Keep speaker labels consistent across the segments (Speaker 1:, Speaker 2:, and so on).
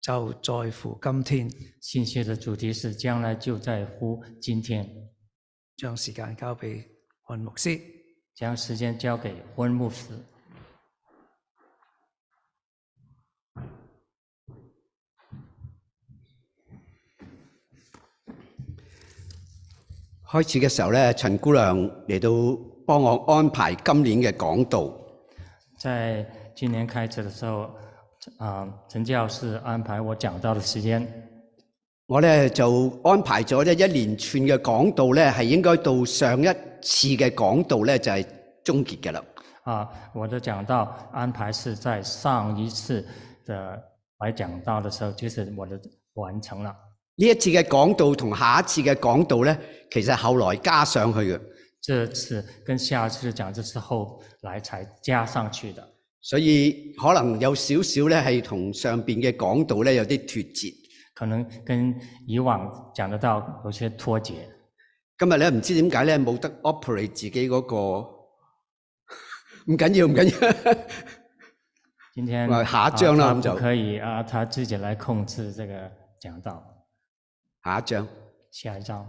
Speaker 1: 就在乎今天，
Speaker 2: 信息的主题是将来就在乎今天。
Speaker 1: 將時間交俾漢牧師。
Speaker 2: 将时间交给温牧师。
Speaker 3: 開始嘅時候咧，陳姑娘嚟到幫我安排今年嘅講道。
Speaker 2: 在今年开始的时候，啊、陈教士安排我讲到的时间，
Speaker 3: 我咧就安排咗咧一連串嘅講道咧，係應該到上一次嘅講道咧就係、終結嘅啦。
Speaker 2: 啊、我的讲到安排是在上一次的来讲到的时候，就是我的完成了。
Speaker 3: 呢一次嘅講道同下一次嘅講道咧，其實後來加上去嘅，
Speaker 2: 这次跟下次的讲，这是后来才加上去的，
Speaker 3: 所以可能有少少咧係同上邊嘅講道咧有啲脱節。
Speaker 2: 可能跟以往讲的到有些脱节。
Speaker 3: 今日咧唔知點解咧冇得 operate 自己嗰、個，唔緊要唔緊要。
Speaker 2: 今天
Speaker 3: 哇下一章啦
Speaker 2: 啊他
Speaker 3: 咁就
Speaker 2: 不可以啊，他自己来控制这个讲道。
Speaker 3: 下一章，
Speaker 2: 下一章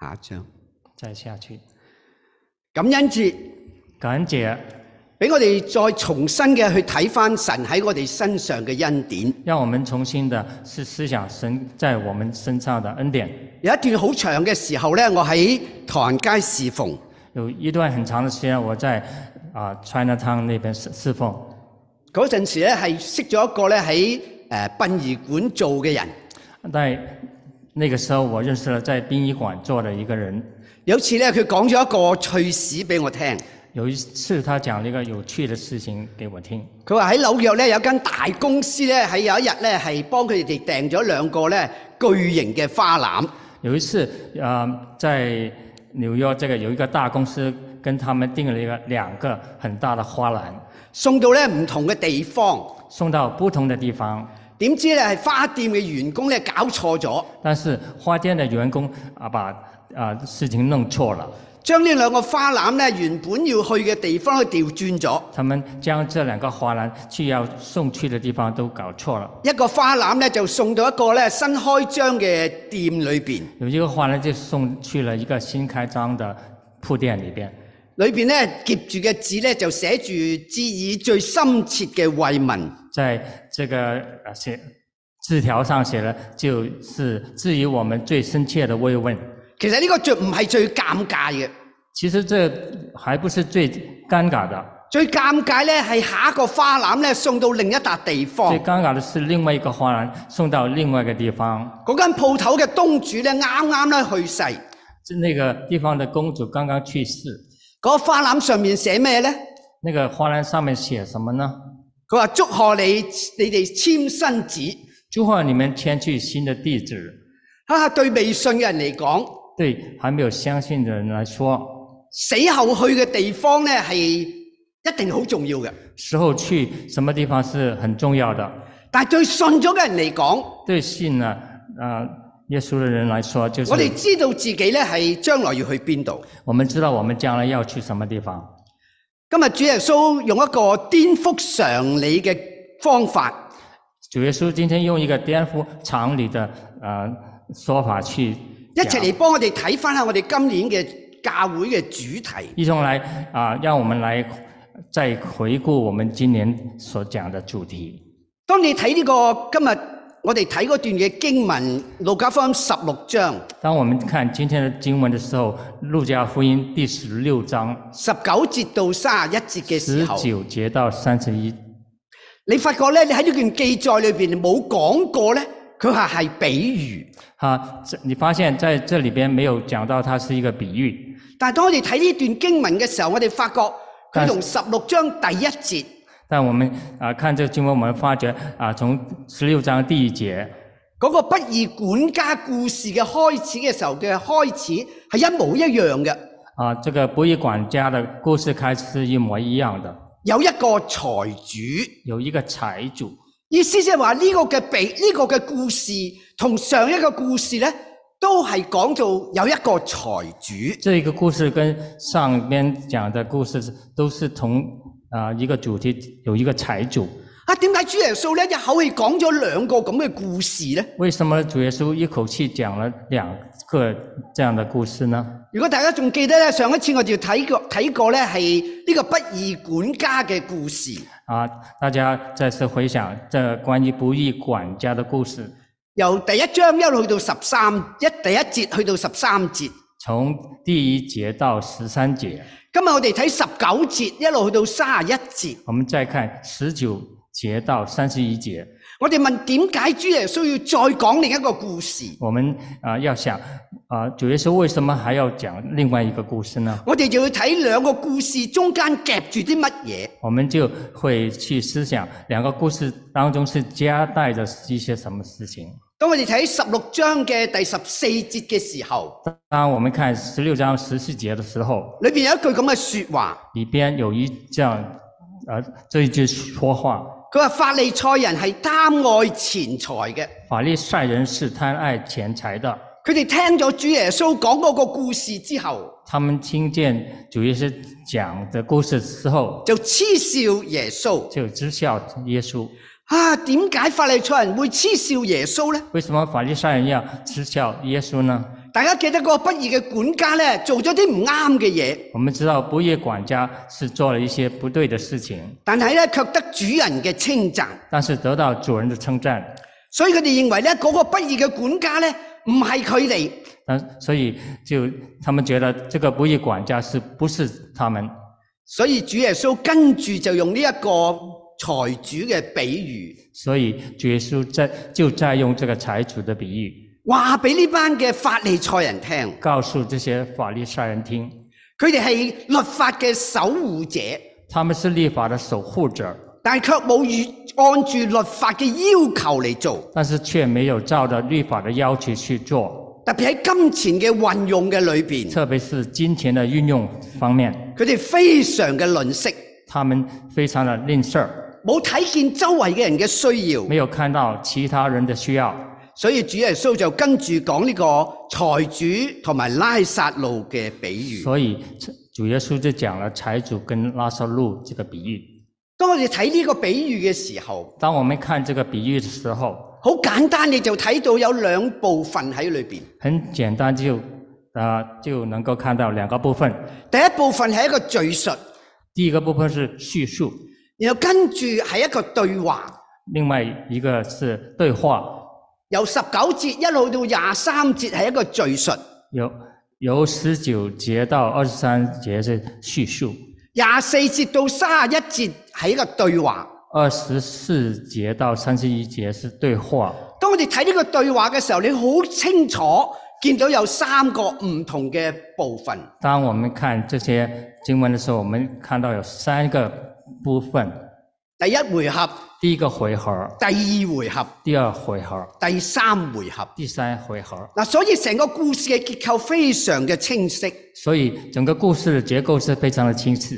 Speaker 3: 下一章，
Speaker 2: 再下去，
Speaker 3: 感恩節。
Speaker 2: 感恩节
Speaker 3: 俾我哋再重新嘅去睇翻神喺我哋身上嘅恩典。
Speaker 2: 让我们重新的是思想神在我们身上的恩典。
Speaker 3: 有一段好長嘅時候呢，我喺唐人街侍奉，
Speaker 2: 有一段很长的时间，我在啊 Chinatown 那边侍侍奉，
Speaker 3: 嗰陣時呢係識咗一個呢喺誒殯儀館做嘅人。
Speaker 2: 在那个时候我认识了在殡仪馆做的一个人。
Speaker 3: 有次呢，佢講咗一個趣事俾我聽。
Speaker 2: 有一次他讲了一个有趣的事情给我聽，
Speaker 3: 佢話喺紐約呢，有間大公司呢，喺有一日呢，係幫佢哋訂咗兩個呢巨型嘅花籃。
Speaker 2: 有一次啊、呃在纽约这个有一个大公司跟他们订了一个两个很大的花篮，
Speaker 3: 送到呢唔同嘅地方，
Speaker 2: 送到不同的地方。
Speaker 3: 點知呢，係花店嘅員工呢搞錯咗，
Speaker 2: 但是花店的员工啊，把啊事情弄错了，
Speaker 3: 將呢兩個花籃呢原本要去嘅地方去調轉咗。
Speaker 2: 他们将这两个花篮去要送去的地方都搞错了。
Speaker 3: 一個花籃咧就送到一個咧新開張嘅店裏邊，
Speaker 2: 有一个花篮就送去了一个新开张的铺店里边，
Speaker 3: 裏邊咧夾住嘅字咧就寫住致以最深切嘅慰問。
Speaker 2: 在这个呃写字条上写了，就是致以我们最深切的慰问。
Speaker 3: 其實呢個最唔係最尷尬嘅，
Speaker 2: 其实这还不是最尴尬的，
Speaker 3: 最尷尬咧係下一個花籃咧送到另一笪地方
Speaker 2: 最。尴尬的是另外一个花篮送到另外一个地方。
Speaker 3: 嗰間鋪頭嘅東主咧啱啱咧去世，
Speaker 2: 是那个地方的公主刚刚去世，
Speaker 3: 嗰、個花籃上面寫咩咧？
Speaker 2: 那个花篮上面写什么呢？
Speaker 3: 佢話祝賀你你哋簽新紙。
Speaker 2: 祝贺你们迁去新的地址。
Speaker 3: 啊，對未信嘅人嚟講，
Speaker 2: 对还没有相信的人来说，
Speaker 3: 死後去嘅地方咧係一定好重要嘅。
Speaker 2: 时候去什么地方是很重要的。
Speaker 3: 但係對信咗嘅人嚟講，
Speaker 2: 对信呢，呃，耶稣的人来说，就是
Speaker 3: 我哋知道自己咧係將來要去邊度。
Speaker 2: 我们知道我们将来要去什么地方。
Speaker 3: 今日主耶穌用一個顛覆常理嘅方法，
Speaker 2: 主耶稣今天用一个颠覆常理的呃说法去
Speaker 3: 一
Speaker 2: 讲
Speaker 3: 齊嚟幫我哋睇翻下我哋今年嘅教會嘅主題。
Speaker 2: 一同来啊、让我们来再回顾我们今年所讲的主题。
Speaker 3: 當你睇呢、個今日我哋睇嗰段嘅經文《路加福音》十六章
Speaker 2: 当我们看今天的经文的时候，《路加福音》第十六章
Speaker 3: 十九節到三十一節嘅時
Speaker 2: 十
Speaker 3: 候，
Speaker 2: 九节到三十一，
Speaker 3: 你發覺咧，你喺呢段記載裏面冇講過咧，佢話係比喻。
Speaker 2: 哈，这你发现在这里边没有讲到它是一个比喻，
Speaker 3: 但係當我哋睇呢段經文嘅時候，我哋發覺佢
Speaker 2: 但
Speaker 3: 同十六章第一節。
Speaker 2: 但我们啊、看这个经文，我们发觉啊、从十六章第一节
Speaker 3: 嗰個不義管家故事嘅開始嘅時候嘅開始係一模一樣嘅，
Speaker 2: 啊、这个博弈管家的故事开始是一模一样的，
Speaker 3: 有一個財主，
Speaker 2: 有一个财主，
Speaker 3: 意思即係話呢個嘅比呢、個嘅故事同上一個故事呢，都係講到有一個財主，
Speaker 2: 这个故事跟上边讲的故事是都是同啊、一个主题有一个财主，
Speaker 3: 啊，點解主耶穌咧一口氣講咗兩個咁嘅故事咧？
Speaker 2: 为什么主耶稣一口气讲了两个这样的故事呢？
Speaker 3: 如果大家仲記得咧，上一次我哋睇過睇過咧係呢個不義管家嘅故事，
Speaker 2: 啊，大家再次回想这关于不义管家的故事，
Speaker 3: 由第一章一路去到十三一第一節去到十三節。
Speaker 2: 从第一节到十三节，
Speaker 3: 今日我哋睇十九節一路去到三十一節。
Speaker 2: 我们再看十九节到三十一节，
Speaker 3: 我哋問點解主耶穌要再講另一個故事？
Speaker 2: 我们啊、要想啊、主耶稣为什么还要讲另外一个故事呢？
Speaker 3: 我哋就要睇兩個故事中間夾住啲乜嘢。
Speaker 2: 我们就会去思想两个故事当中是夹带着一些什么事情。
Speaker 3: 當我哋睇十六章嘅第十四節嘅時候，
Speaker 2: 当我们看十六章十四节的时候，
Speaker 3: 裏面有一句咁嘅说話。
Speaker 2: 里边有一这样，呃，这一句说话，
Speaker 3: 佢話法利賽人係貪愛錢財嘅，
Speaker 2: 法利赛人是贪爱钱财的。
Speaker 3: 佢哋聽咗主耶穌講嗰個故事之後，
Speaker 2: 他们听见主耶稣讲的故事之后，
Speaker 3: 就嗤笑耶穌。
Speaker 2: 就知晓耶稣。
Speaker 3: 啊，點解法利賽人會嗤笑耶穌呢？
Speaker 2: 为什么法利赛人要知晓耶稣呢？
Speaker 3: 大家記得嗰個不義嘅管家呢，做咗啲唔啱嘅嘢，
Speaker 2: 我们知道不义管家是做了一些不对的事情，
Speaker 3: 但係呢，卻得主人嘅稱讚，
Speaker 2: 但是得到主人的称赞。
Speaker 3: 所以佢哋認為呢嗰、個不義嘅管家呢，唔係佢哋，
Speaker 2: 但呃所以就他们觉得这个不义管家是不是他们？
Speaker 3: 所以主耶穌跟住就用呢一個財主嘅比喻，
Speaker 2: 所以主耶稣在就在用这个财主的比喻，
Speaker 3: 話俾呢班嘅法利賽人聽。
Speaker 2: 告诉这些法利赛人听，
Speaker 3: 佢哋係律法嘅守護者，
Speaker 2: 他们是立法的守护者，
Speaker 3: 但係卻冇與按住律法嘅要求嚟做，
Speaker 2: 但是却没有照着律法的要求去做，
Speaker 3: 特別喺金錢嘅運用嘅裏面，
Speaker 2: 特别是金钱的运用方面，
Speaker 3: 佢哋非常嘅吝惜，
Speaker 2: 他们非常的吝啬，
Speaker 3: 冇睇見周圍嘅人嘅需要，
Speaker 2: 没有看到其他人的需要。
Speaker 3: 所以主耶穌就跟住講呢個財主同埋拉撒路嘅比喻。
Speaker 2: 所以主耶稣就讲了财主跟拉萨路这个比喻。
Speaker 3: 當我哋睇呢個比喻嘅時候，
Speaker 2: 当我们看这个比喻的时候，
Speaker 3: 好簡單，你就睇到有兩部分喺裏面。
Speaker 2: 很简单就啊、就能够看到两个部分。
Speaker 3: 第一部分係一個敘述，
Speaker 2: 第一个部分是叙述，
Speaker 3: 然後跟住係一個對話。
Speaker 2: 另外一个是对话。
Speaker 3: 由十九節一路到廿三節係一個敘述，
Speaker 2: 由由十九节到二十三节是叙述，
Speaker 3: 廿四節到三十一節係一個對話。
Speaker 2: 二十四节到三十一节是对话。
Speaker 3: 當我哋睇呢個對話嘅時候，你好清楚見到有三個唔同嘅部分。
Speaker 2: 当我们看这些经文的时候，我们看到有三个部分：
Speaker 3: 第一回合、
Speaker 2: 第一个回合，
Speaker 3: 第二回合、
Speaker 2: 第二回合，
Speaker 3: 第三回合。
Speaker 2: 第三回合。
Speaker 3: 嗱，所以成個故事嘅結構非常嘅清晰。
Speaker 2: 所以整个故事的结构是非常的清晰。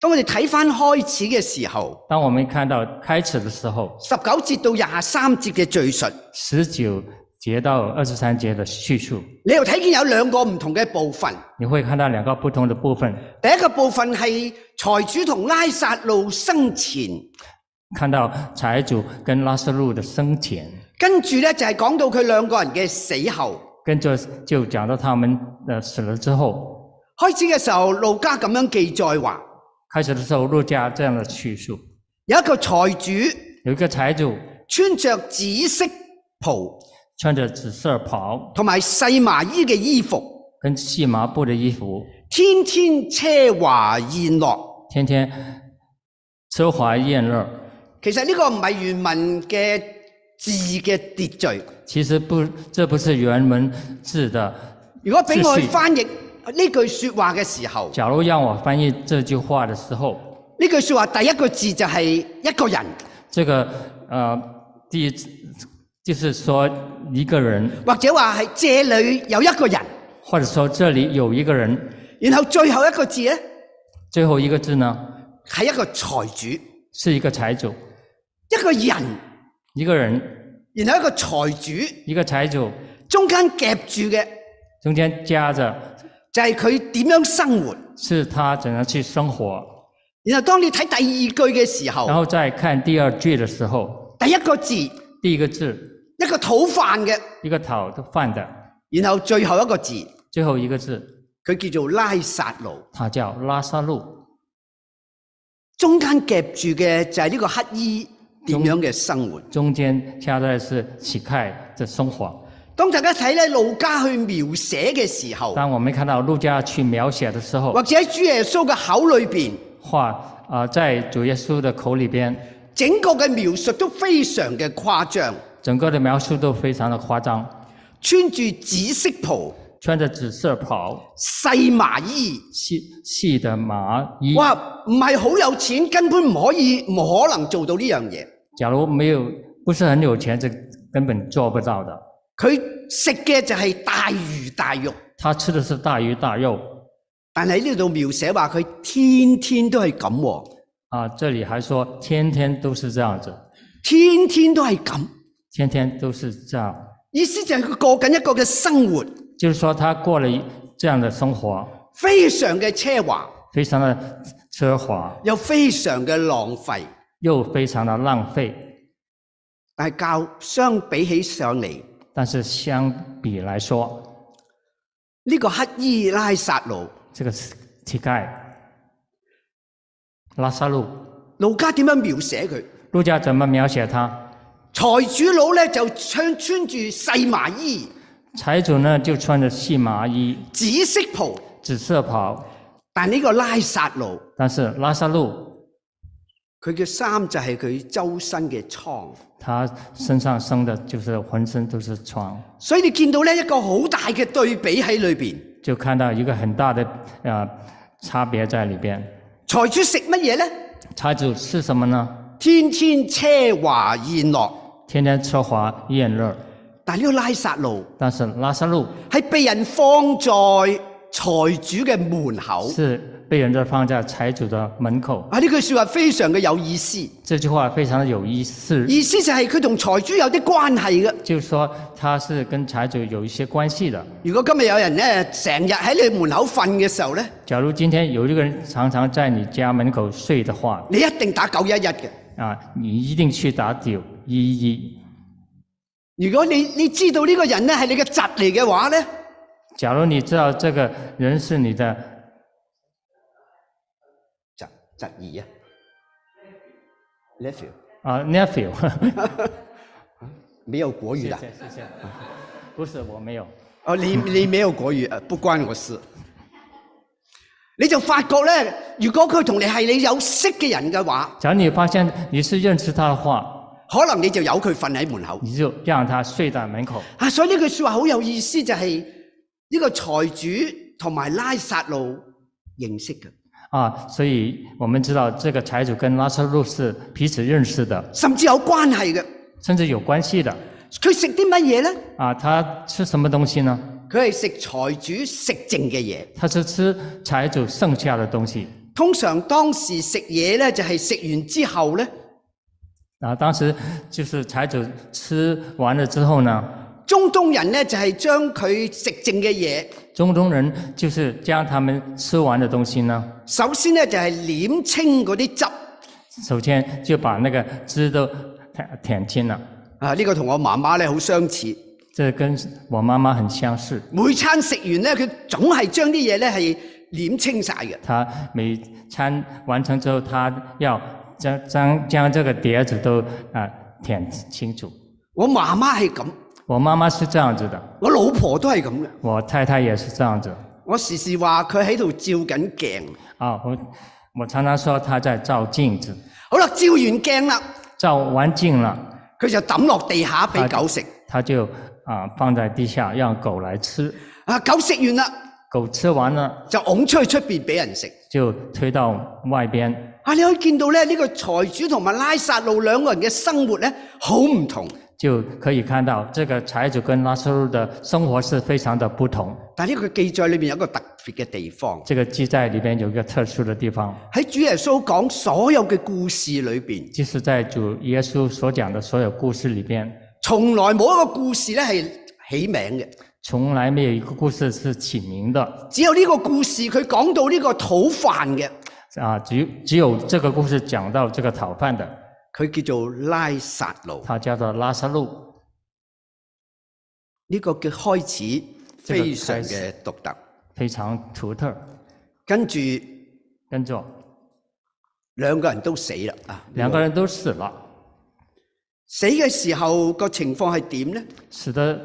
Speaker 3: 當我哋睇翻開始嘅時候，
Speaker 2: 当我们看到开始的时候，
Speaker 3: 十九節到廿三節嘅敘述，
Speaker 2: 十九节到二十三节的叙述，
Speaker 3: 你又睇見有兩個唔同嘅部分。
Speaker 2: 你会看到两个不同的部分，
Speaker 3: 第一個部分係財主同拉撒路生前。
Speaker 2: 看到财主跟拉萨路的生前，
Speaker 3: 跟住呢，就係講到佢兩個人嘅死後。
Speaker 2: 跟着就讲到他们呃死了之后，
Speaker 3: 開始嘅時候，路加咁樣記載話，
Speaker 2: 开始的时候陆家这样的叙述，
Speaker 3: 有一個財主
Speaker 2: 有一个财主
Speaker 3: 穿着紫色袍
Speaker 2: 穿着紫色袍
Speaker 3: 同埋細麻衣嘅衣服，
Speaker 2: 跟细麻布的衣服，
Speaker 3: 天天奢華宴樂。
Speaker 2: 天天奢华宴乐。
Speaker 3: 其實呢個唔係原文嘅字嘅秩序。
Speaker 2: 其实不，这不是原文字的
Speaker 3: 如果俾我
Speaker 2: 秩
Speaker 3: 去
Speaker 2: 序
Speaker 3: 翻譯呢句说話嘅時候，
Speaker 2: 假如让我翻译这句话的时候，
Speaker 3: 呢句说話第一個字就係一個人
Speaker 2: 这个呃，第一就是说一个人，
Speaker 3: 或者話係借裏有一個人，
Speaker 2: 或者说这里有一个人，
Speaker 3: 然後最後一個字呢，
Speaker 2: 最后一个字呢
Speaker 3: 係一個財主。
Speaker 2: 是一个财主，
Speaker 3: 一個人，
Speaker 2: 一个人，
Speaker 3: 然後一個財主，
Speaker 2: 一个财主
Speaker 3: 中間夾住嘅
Speaker 2: 中间夹着
Speaker 3: 就係佢點樣生活。
Speaker 2: 是他怎样去生活，
Speaker 3: 然後當你睇第二句嘅時
Speaker 2: 然
Speaker 3: 候，
Speaker 2: 后再看第二句的时候，
Speaker 3: 第一個字一
Speaker 2: 第一个字
Speaker 3: 個討飯嘅，
Speaker 2: 一个讨饭的，
Speaker 3: 然後最後一個字
Speaker 2: 最后一个字
Speaker 3: 佢叫做拉撒路，
Speaker 2: 它叫拉撒路，
Speaker 3: 中間夾住嘅就係呢個乞衣點樣嘅生活。
Speaker 2: 中间夹带的是乞丐的生活。
Speaker 3: 當大家睇咧路加去描寫嘅時候，
Speaker 2: 当我们看到路加去描写的时候
Speaker 3: 或，者喺主耶穌嘅口裏邊，
Speaker 2: 话啊、呃在主耶稣的口里边，
Speaker 3: 整個嘅描述都非常嘅誇張。
Speaker 2: 整个的描述都非常的夸张，
Speaker 3: 穿住紫色袍、
Speaker 2: 穿着紫色袍，
Speaker 3: 細麻衣，
Speaker 2: 细细的麻衣。
Speaker 3: 哇，唔係好有錢，根本唔可以，唔可能做到呢樣嘢。
Speaker 2: 假如没有不是很有钱，这根本做不到的。
Speaker 3: 佢食嘅就係大魚大肉，
Speaker 2: 他吃的是大鱼大肉
Speaker 3: 但係呢度描寫話佢天天都係咁喎，
Speaker 2: 啊，这里还说天天都是这样子，
Speaker 3: 天天都係咁，
Speaker 2: 天天都是这样，
Speaker 3: 意思就係佢過緊一個嘅生活，
Speaker 2: 就是说他过了一这样的生活，
Speaker 3: 非常嘅奢華，
Speaker 2: 非常的奢华，
Speaker 3: 又非常嘅浪費。
Speaker 2: 又非常的浪费。
Speaker 3: 但係教相比起上嚟，
Speaker 2: 但是相比来说，
Speaker 3: 呢、個乞衣拉撒路，
Speaker 2: 这个乞丐拉萨路，
Speaker 3: 路加點樣描寫佢？
Speaker 2: 路加怎么描写他？
Speaker 3: 財主佬咧就穿穿住細麻衣、
Speaker 2: 财主呢就穿着细麻衣、
Speaker 3: 紫色袍，
Speaker 2: 紫色袍，
Speaker 3: 但呢個拉撒路，
Speaker 2: 但是拉萨路
Speaker 3: 佢嘅衫就係佢周身嘅瘡。
Speaker 2: 他身上生的就是浑身都是疮，
Speaker 3: 所以你見到呢一個好大嘅對比喺裏邊，
Speaker 2: 就看到一个很大的呃差别在里边。
Speaker 3: 財主食乜嘢呢？
Speaker 2: 财主是什么呢？
Speaker 3: 天天奢華宴樂，
Speaker 2: 天天奢华宴乐，
Speaker 3: 但呢個拉撒路
Speaker 2: 但是拉萨路
Speaker 3: 係被人放在財主嘅門口。
Speaker 2: 是被人家放在财主的门口。
Speaker 3: 啊！呢句説話非常嘅有意思，
Speaker 2: 这句话非常的有意思，
Speaker 3: 意思就係佢同財主有啲關係嘅。
Speaker 2: 就是说他是跟财主有一些关系的。
Speaker 3: 如果今日有人呢，成日喺你門口瞓嘅時候呢，
Speaker 2: 假如今天有一个人常常在你家门口睡的话，
Speaker 3: 你一定打九一一嘅。
Speaker 2: 啊，你一定去打九一一。
Speaker 3: 如果你你知道呢個人呢係你嘅侄嚟嘅話呢，
Speaker 2: 假如你知道这个人是你的
Speaker 3: 侄侄兒啊，nephew
Speaker 2: 啊、nephew，
Speaker 3: 沒有國語啦。
Speaker 2: 谢谢， 不是我没有，
Speaker 3: 哦，你你没有國語，呃不關我事。你就發覺咧，如果佢同你係你有識嘅人嘅話，
Speaker 2: 假如你发现你是认识他的话，
Speaker 3: 可能你就由佢瞓喺門口。
Speaker 2: 你就让他睡在门口。
Speaker 3: 啊，所以呢句説話好有意思，就係、呢個財主同埋拉撒路認識嘅，
Speaker 2: 啊，所以我们知道这个财主跟拉萨路是彼此认识的，
Speaker 3: 甚至有關係嘅。
Speaker 2: 甚至有关系的。
Speaker 3: 佢食啲乜嘢咧？
Speaker 2: 啊，他吃什么东西呢？
Speaker 3: 佢係食財主食剩嘅嘢。
Speaker 2: 他是吃财主剩下的东西。
Speaker 3: 通常當時食嘢咧，就係、食完之後咧，
Speaker 2: 啊，当时就是财主吃完了之后呢，
Speaker 3: 中東人咧就係、將佢食剩嘅嘢，
Speaker 2: 中东人就是将他们吃完的东西呢，
Speaker 3: 首先咧就係、舐清嗰啲汁。
Speaker 2: 首先就把那个汁都舔舔清了。
Speaker 3: 啊！呢、個同我媽媽咧好相似，
Speaker 2: 这跟我妈妈很相似，
Speaker 3: 每餐食完咧，佢總係將啲嘢咧係舐清晒嘅。
Speaker 2: 她每餐完成之后，她要将将将这个碟子都啊、呃舔清楚。
Speaker 3: 我媽媽係咁，
Speaker 2: 我妈妈是这样子的，
Speaker 3: 我老婆都係咁嘅。
Speaker 2: 我太太也是这样子。
Speaker 3: 我時時話佢喺度照緊鏡。
Speaker 2: 啊，我我常常说她在照镜子，
Speaker 3: 好啦，照完鏡啦，
Speaker 2: 照完镜了，
Speaker 3: 佢就抌落地下俾
Speaker 2: 啊
Speaker 3: 狗食。
Speaker 2: 她就啊、放在地下让狗来吃，
Speaker 3: 啊，狗食完啦，
Speaker 2: 狗吃完了
Speaker 3: 就拱出去出邊俾人食。
Speaker 2: 就推到外边。
Speaker 3: 啊，你可以見到咧，呢、個財主同埋拉撒路兩個人嘅生活咧，好唔同。
Speaker 2: 就可以看到这个财主跟拉萨路的生活是非常的不同。
Speaker 3: 但呢個記載裏面有一個特別嘅地方，
Speaker 2: 这个记载里边有一个特殊的地方，
Speaker 3: 喺主耶穌講所有嘅故事裏面，
Speaker 2: 就是在主耶稣所講的所有故事里边，
Speaker 3: 從來冇一個故事咧係起名嘅，
Speaker 2: 从来没有一个故事是起名的，
Speaker 3: 只有呢個故事佢講到呢個討飯嘅，
Speaker 2: 啊，只有只有这个故事讲到这个讨饭的，
Speaker 3: 佢叫做拉撒路。
Speaker 2: 他叫做拉萨路。
Speaker 3: 呢、個嘅開始
Speaker 2: 即係個
Speaker 3: 非常
Speaker 2: 開始
Speaker 3: 嘅獨特。
Speaker 2: 非常独特。
Speaker 3: 跟住
Speaker 2: 跟着
Speaker 3: 兩個人都死啦啊！
Speaker 2: 两个人都死了，
Speaker 3: 死嘅時候個情況係點呢？
Speaker 2: 死的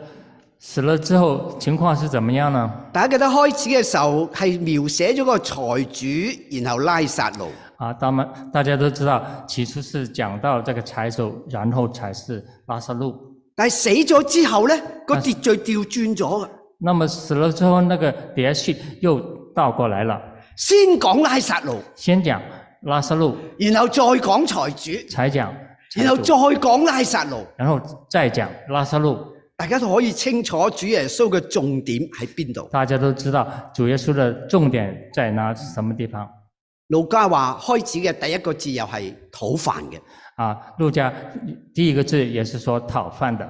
Speaker 2: 死了之后情况是怎么样呢？
Speaker 3: 大家記得開始嘅時候係描寫咗個財主，然後拉撒路。
Speaker 2: 啊，他们大家都知道，起初是讲到这个财主，然后才是拉萨路。
Speaker 3: 但係死咗之後呢，個秩序調轉咗嘅。
Speaker 2: 那么死了之后，那个秩序又倒过来了，
Speaker 3: 先講拉撒路，
Speaker 2: 先讲拉萨路，
Speaker 3: 然後再講財主，
Speaker 2: 才讲财
Speaker 3: 然後再
Speaker 2: 主，
Speaker 3: 講拉撒路。
Speaker 2: 然后再讲拉萨路。
Speaker 3: 大家都可以清楚主耶穌嘅重點喺邊度。
Speaker 2: 大家都知道主耶稣的重点在哪什么地方
Speaker 3: 路加話開始嘅第一個字又係討飯嘅，
Speaker 2: 啊？路加第一个字也是说讨饭的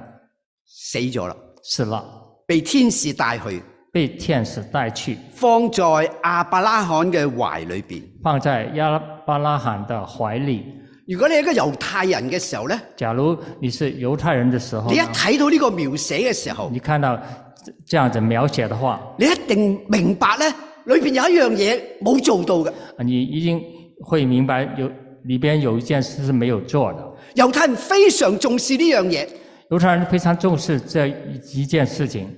Speaker 3: 死咗啦，
Speaker 2: 死了。
Speaker 3: 被天使帶去，
Speaker 2: 被天使带去，
Speaker 3: 放在亞伯拉罕嘅懷裏邊。
Speaker 2: 放在亚伯拉罕的怀里。
Speaker 3: 如果你係一個猶太人嘅時候呢，
Speaker 2: 假如你是犹太人的时候
Speaker 3: 你一
Speaker 2: 呢，
Speaker 3: 睇到呢個描寫嘅時候，
Speaker 2: 你看到这这样子描写的話，
Speaker 3: 你一定明白呢裏邊有一樣嘢冇做到嘅。
Speaker 2: 你一定会明白有里边有一件事是没有做的。
Speaker 3: 猶太人非常重視呢樣嘢，
Speaker 2: 犹太人非常重视这一一件事情，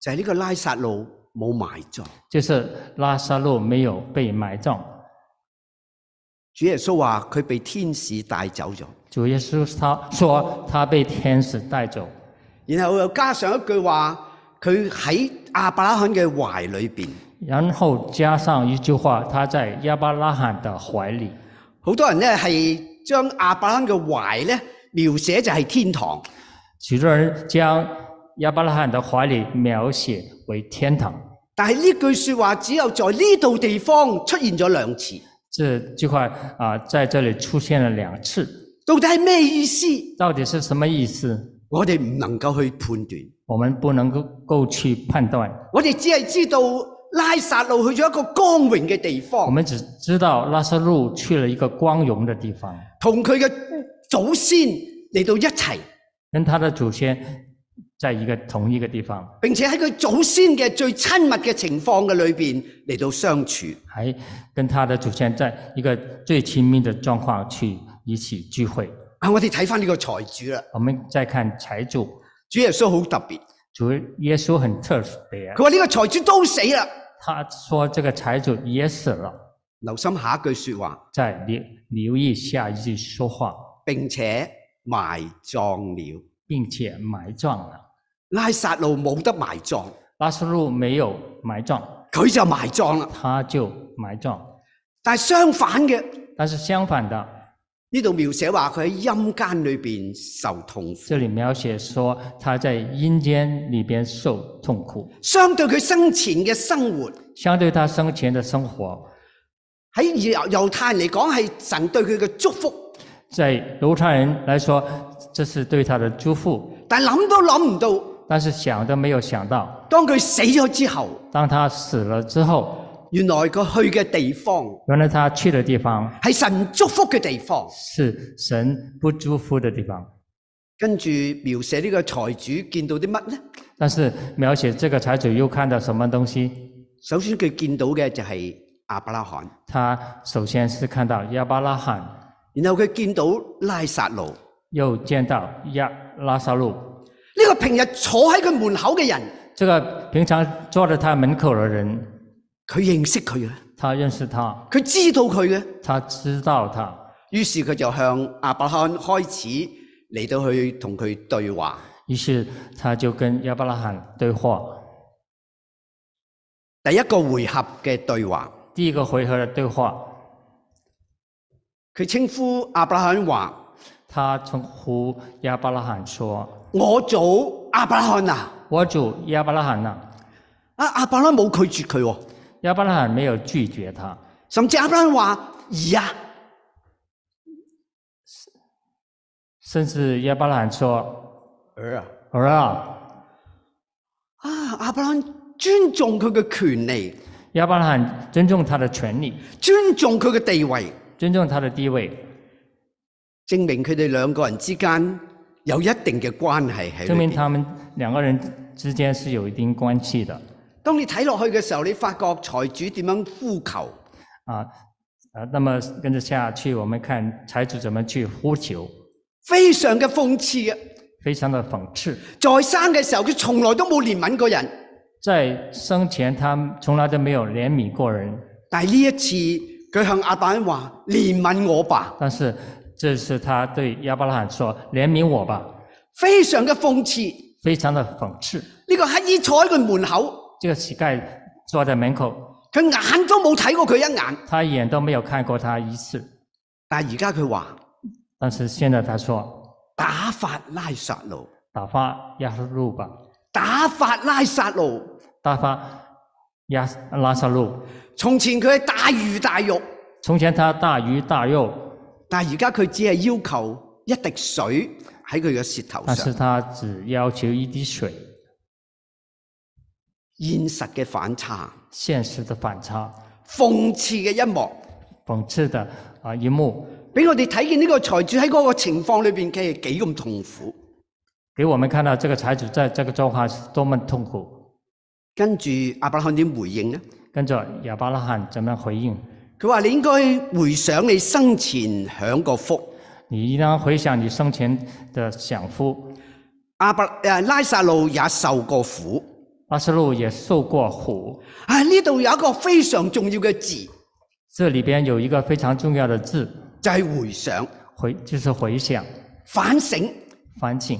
Speaker 3: 就係、呢個拉撒路冇埋葬。
Speaker 2: 就是拉萨路没有被埋葬。
Speaker 3: 主耶穌話佢被天使帶走咗，
Speaker 2: 主耶稣他说他被天使带走，
Speaker 3: 然後又加上一句話，佢喺亞伯拉罕嘅懷裏邊。
Speaker 2: 然后加上一句话，他在亚伯拉罕的怀里。
Speaker 3: 好多人咧係將亞伯拉罕嘅懷咧描寫就係天堂，
Speaker 2: 许多人将亚伯拉罕的怀里描写为天堂，
Speaker 3: 但係呢句説話只有在呢度地方出現咗兩次，
Speaker 2: 这句话啊、在这里出现了两次，
Speaker 3: 到底係咩意思？
Speaker 2: 到底是什么意思？
Speaker 3: 我哋唔能夠去判斷，
Speaker 2: 我们不能够够去判断，
Speaker 3: 我哋只係知道拉撒路去咗一個光榮嘅地
Speaker 2: 我
Speaker 3: 方，
Speaker 2: 们只知道拉萨路去了一个光荣的地方，
Speaker 3: 同佢嘅祖先嚟到一齊，
Speaker 2: 跟他的祖先在一个同一个地方，
Speaker 3: 並且喺佢祖先嘅最親密嘅情況嘅裏邊嚟到相處。
Speaker 2: 还跟他的祖先在一个最亲密的状况去一起聚会。
Speaker 3: 啊，我哋睇翻呢個財主啦，
Speaker 2: 我们再看财主，
Speaker 3: 主耶穌好特別，
Speaker 2: 主耶稣很特别，啊
Speaker 3: 佢話呢個財主都死啦。
Speaker 2: 他说这个财主也死了，
Speaker 3: 留心下一句説話。
Speaker 2: 再留留意下一句说话，
Speaker 3: 並且埋葬了。
Speaker 2: 并且埋葬了。
Speaker 3: 拉撒路冇得埋葬，
Speaker 2: 拉斯路没有埋葬，
Speaker 3: 佢就埋葬啦。
Speaker 2: 他就埋葬。
Speaker 3: 但係相反嘅，
Speaker 2: 但是相反的，
Speaker 3: 呢度描寫話佢喺陰間裏面受痛苦，
Speaker 2: 这里描写说他在阴间里边受痛苦，
Speaker 3: 相對佢生前嘅生活，
Speaker 2: 相对他生前的生活，
Speaker 3: 喺猶猶太人嚟講係神對佢嘅祝福。
Speaker 2: 在犹太人来说，这是对他的祝福。
Speaker 3: 但係諗都諗唔到，
Speaker 2: 但是想都没有想到，
Speaker 3: 當佢死咗之後，
Speaker 2: 当他死了之后，
Speaker 3: 原來佢去嘅地方
Speaker 2: 原来他去的地方
Speaker 3: 係神祝福嘅地方。
Speaker 2: 是神不祝福的地方。
Speaker 3: 跟住描寫呢個財主見到啲乜呢？
Speaker 2: 但是描写这个财主又看到什么东西？
Speaker 3: 首先佢見到嘅就係亞伯拉罕，
Speaker 2: 他首先是看到亚伯拉罕，
Speaker 3: 然後佢見到拉撒路。
Speaker 2: 又见到亚拉萨路，
Speaker 3: 呢個平日坐喺佢門口嘅人，
Speaker 2: 这个平常坐在他门口的人，
Speaker 3: 佢認識佢嘅，
Speaker 2: 他认识他，
Speaker 3: 佢知道佢嘅，
Speaker 2: 他知道他，
Speaker 3: 於是佢就向亞伯拉罕開始嚟到去同佢對話。
Speaker 2: 于是他就跟亚伯拉罕对话。
Speaker 3: 第一個回合嘅對話，
Speaker 2: 第一个回合的对话，
Speaker 3: 佢稱呼亞伯拉罕話：
Speaker 2: 他称呼亚伯拉罕说
Speaker 3: 我祖亞伯拉罕啊！：“
Speaker 2: 我主亚伯拉罕呐、啊
Speaker 3: 啊，亞伯拉罕冇拒絕佢喎，！”
Speaker 2: 亚伯拉罕没有拒绝他，
Speaker 3: 甚至亞伯拉罕話：兒啊，
Speaker 2: 甚至亚伯拉罕说
Speaker 3: 兒啊！：“
Speaker 2: 儿啊，
Speaker 3: 啊，亞伯拉罕尊重佢嘅權利，
Speaker 2: 亚伯拉罕尊重他的权利，
Speaker 3: 尊重佢嘅地位，
Speaker 2: 尊重他的地位，
Speaker 3: 證明佢哋兩個人之間有一定嘅關係喺
Speaker 2: 证
Speaker 3: 裏
Speaker 2: 明
Speaker 3: 邊。
Speaker 2: 他们两个人之间是有一定关系的。
Speaker 3: 當你睇落去嘅時候，你發覺財主點樣呼求，
Speaker 2: 啊啊，那么跟着下去，我们看财主怎么去呼求，
Speaker 3: 非常嘅諷刺啊！
Speaker 2: 非常的讽刺。
Speaker 3: 在生嘅時候，佢從來都冇憐憫過人，
Speaker 2: 在生前，他从来都没有怜悯过人，
Speaker 3: 但係呢一次佢向亞伯拉罕話：憐憫我吧，
Speaker 2: 但是这是他对亚伯拉罕说：“怜悯我吧。
Speaker 3: 非常嘅諷刺。”
Speaker 2: 非常的讽刺。
Speaker 3: 呢、個乞衣坐喺佢門口，
Speaker 2: 这个乞丐坐在门口，
Speaker 3: 佢眼都冇睇過佢一眼，
Speaker 2: 他一眼都没有看过他一次。
Speaker 3: 但係而家佢話
Speaker 2: 但是现在他说
Speaker 3: 打發拉撒路，：“
Speaker 2: 打发亚路吧，
Speaker 3: 打發拉撒路。
Speaker 2: 打发亚拉萨路。
Speaker 3: 從前佢係大魚大肉，”
Speaker 2: 从前他大鱼大肉，
Speaker 3: 但係而家佢只係要求一滴水喺佢嘅舌頭
Speaker 2: 但啊是
Speaker 3: 上，
Speaker 2: 他只要求一滴水。
Speaker 3: 現實嘅反差，
Speaker 2: 现实的反差，
Speaker 3: 諷刺嘅一幕，
Speaker 2: 讽刺的啊一幕，
Speaker 3: 俾我哋睇見呢個財主喺嗰個情況裏邊，佢係幾咁痛苦。
Speaker 2: 给我们看到这个财主在这个状况是多么痛苦。
Speaker 3: 跟住阿伯拉罕點回應呢？
Speaker 2: 跟着亚伯拉罕怎么样回应？
Speaker 3: 佢話：你應該回想你生前享過福。
Speaker 2: 你应当回想你生前的享福，
Speaker 3: 阿伯誒拉撒路也受過苦。
Speaker 2: 拉斯路也受过苦。
Speaker 3: 啊！呢度有一個非常重要嘅字，
Speaker 2: 这里边有一个非常重要的字，
Speaker 3: 就係、回想、
Speaker 2: 回就是回想、
Speaker 3: 反省。
Speaker 2: 反省。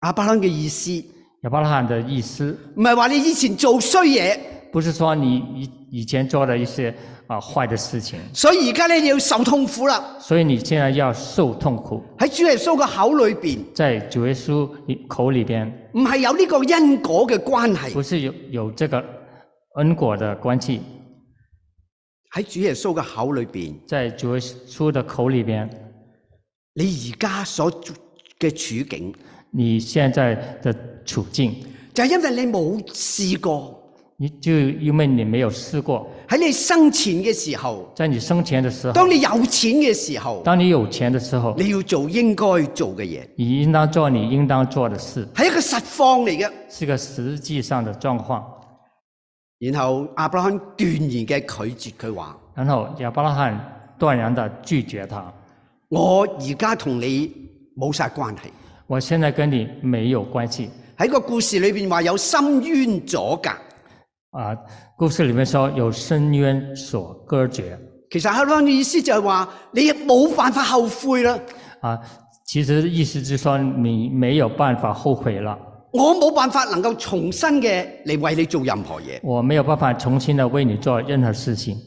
Speaker 3: 阿伯拉罕嘅意思
Speaker 2: 亚伯拉罕的意思
Speaker 3: 唔係話你以前做衰嘢，
Speaker 2: 不是说你以以前做了一些啊坏的事情，
Speaker 3: 所以而家咧你要受痛苦啦。
Speaker 2: 所以你现在要受痛苦。
Speaker 3: 喺主耶穌嘅口裏邊，
Speaker 2: 在主耶稣口里边
Speaker 3: 唔係有呢個因果嘅關係。
Speaker 2: 不是有有这个恩果的关系，
Speaker 3: 喺主耶穌嘅口裏邊，
Speaker 2: 在主耶稣的口里边，
Speaker 3: 你而家所嘅處境，
Speaker 2: 你现在的处境，
Speaker 3: 就係因為你冇試過
Speaker 2: 你就因为你没有试过，
Speaker 3: 喺你生前嘅時候，
Speaker 2: 在你生前的时候，
Speaker 3: 當你有錢嘅時候，
Speaker 2: 当你有钱的时候，
Speaker 3: 你要做應該做嘅嘢，
Speaker 2: 你应当做你应当做的事，
Speaker 3: 係一個實況嚟嘅。
Speaker 2: 是个实际上的状况。
Speaker 3: 然後亞伯拉罕斷然嘅拒絕佢話：
Speaker 2: 然后亚伯拉罕断然地拒绝他，
Speaker 3: 我而家同你冇晒關係。
Speaker 2: 我现在跟你没有关系
Speaker 3: 喺個故事裏邊話有深淵阻隔。
Speaker 2: 啊。故事里面说有深渊所隔绝
Speaker 3: 其實黑朗嘅意思就係話，你冇辦法後悔啦，
Speaker 2: 啊，其实意思是说你没有办法后悔了，
Speaker 3: 我冇辦法能夠重新嘅嚟為你做任何嘢。
Speaker 2: 我没有办法重新的为你做任何事情。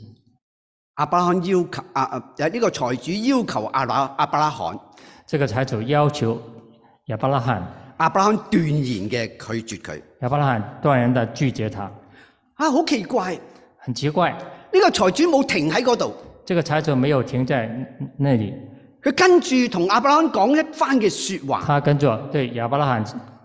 Speaker 3: 阿伯拉罕要求啊啊呢、個財主要求阿伯阿伯拉罕，
Speaker 2: 这个财主要求亚伯拉罕，
Speaker 3: 阿伯拉罕斷然嘅拒絕佢。
Speaker 2: 亚伯拉罕断然地拒绝他，
Speaker 3: 啊，好奇怪！呢、
Speaker 2: 很奇怪，
Speaker 3: 個財主冇停喺嗰度，
Speaker 2: 这个财主没有停在那里，
Speaker 3: 佢跟住同阿伯拉罕講一番嘅説話。
Speaker 2: 他跟着对亚伯拉罕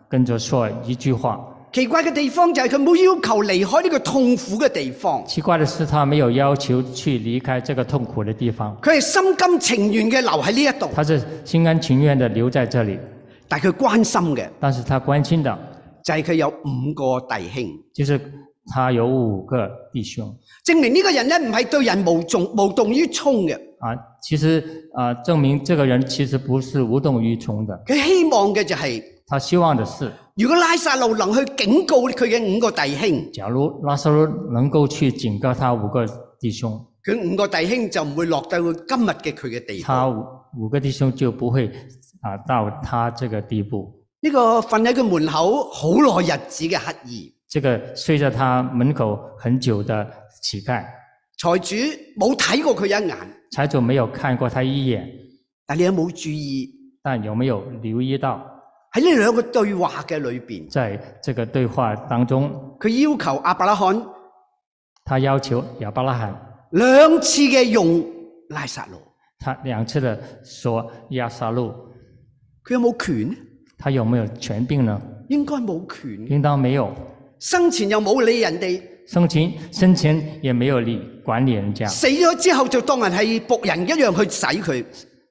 Speaker 2: 跟着说一句话。
Speaker 3: 奇怪嘅地方就係佢冇要求離開呢個痛苦嘅地方，
Speaker 2: 奇怪的是，他没有要求去离开这个痛苦的地方，
Speaker 3: 佢係心甘情願嘅留喺呢一度，
Speaker 2: 他是心甘情愿地留在这里。
Speaker 3: 但係佢關心嘅
Speaker 2: 但是他关心的
Speaker 3: 就係佢有五個弟兄。
Speaker 2: 就是他有五个弟兄
Speaker 3: 證明呢個人咧唔係對人無重無動於衷嘅，
Speaker 2: 啊，其实啊，证明这个人其实不是无动于衷的，
Speaker 3: 佢希望嘅就係、
Speaker 2: 他希望的是，
Speaker 3: 如果拉撒路能去警告佢嘅五個弟兄，
Speaker 2: 假如拉萨路能够去警告他五个弟兄，
Speaker 3: 佢五個弟兄就唔會落到今日嘅佢嘅地步。
Speaker 2: 他五五个弟兄就不会啊到他这个地步。
Speaker 3: 呢、個瞓喺佢門口好耐日子嘅乞兒，
Speaker 2: 这个睡在他门口很久的乞丐，
Speaker 3: 財主冇睇過佢一眼，
Speaker 2: 财主没有看过他一眼，
Speaker 3: 但你有冇注意
Speaker 2: 但有沒有留意到，
Speaker 3: 喺呢兩個對話嘅裏邊，
Speaker 2: 在这个对话当中，
Speaker 3: 佢要求阿伯拉罕
Speaker 2: 他要求亚伯拉罕，
Speaker 3: 兩次嘅用拉撒路，
Speaker 2: 他两次的说亚撒路，
Speaker 3: 佢有冇權咧？
Speaker 2: 他有没有权柄呢？
Speaker 3: 應該冇權嘅，
Speaker 2: 应当没有，
Speaker 3: 生前又冇理人哋，
Speaker 2: 生前生前也没有理管理人家，
Speaker 3: 死咗之後就當人係仆人一樣去使佢。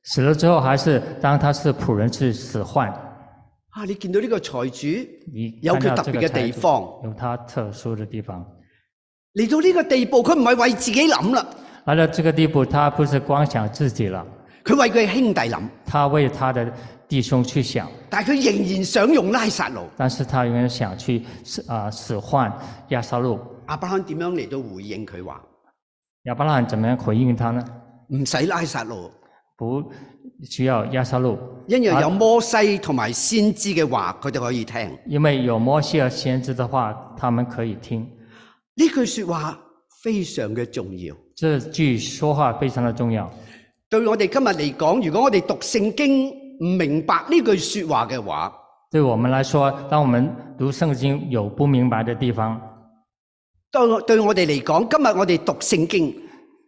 Speaker 2: 死了之后还是当他是仆人去使唤。
Speaker 3: 啊，你見到呢個財主
Speaker 2: 你
Speaker 3: 有
Speaker 2: 看
Speaker 3: 佢
Speaker 2: 到这
Speaker 3: 特別
Speaker 2: 个
Speaker 3: 嘅
Speaker 2: 财
Speaker 3: 地
Speaker 2: 主
Speaker 3: 方，
Speaker 2: 有他特殊的地方。
Speaker 3: 嚟到呢個地步，佢唔係為自己諗啦，
Speaker 2: 来到这个地步，他不是光想自己了，
Speaker 3: 佢為佢兄弟諗，
Speaker 2: 他为他的弟兄去想，
Speaker 3: 但係佢仍然想用拉撒路。
Speaker 2: 但是他永远想去使啊、使唤亚撒路。
Speaker 3: 阿伯罕點樣嚟到回應佢話？
Speaker 2: 亚伯拉罕怎么样回应他呢？
Speaker 3: 唔使拉撒路，
Speaker 2: 不需要亚撒路，
Speaker 3: 因為有摩西同埋先知嘅話，佢哋可以聽。
Speaker 2: 因为有摩西和先知的话，他们可以听。
Speaker 3: 呢句说話非常嘅重要。
Speaker 2: 这句说话非常的重要。
Speaker 3: 對我哋今日嚟講，如果我哋讀聖經唔明白呢句说話嘅話，
Speaker 2: 对我们来说，当我们读圣经有不明白的地方
Speaker 3: 對對我哋嚟講，今日我哋讀聖經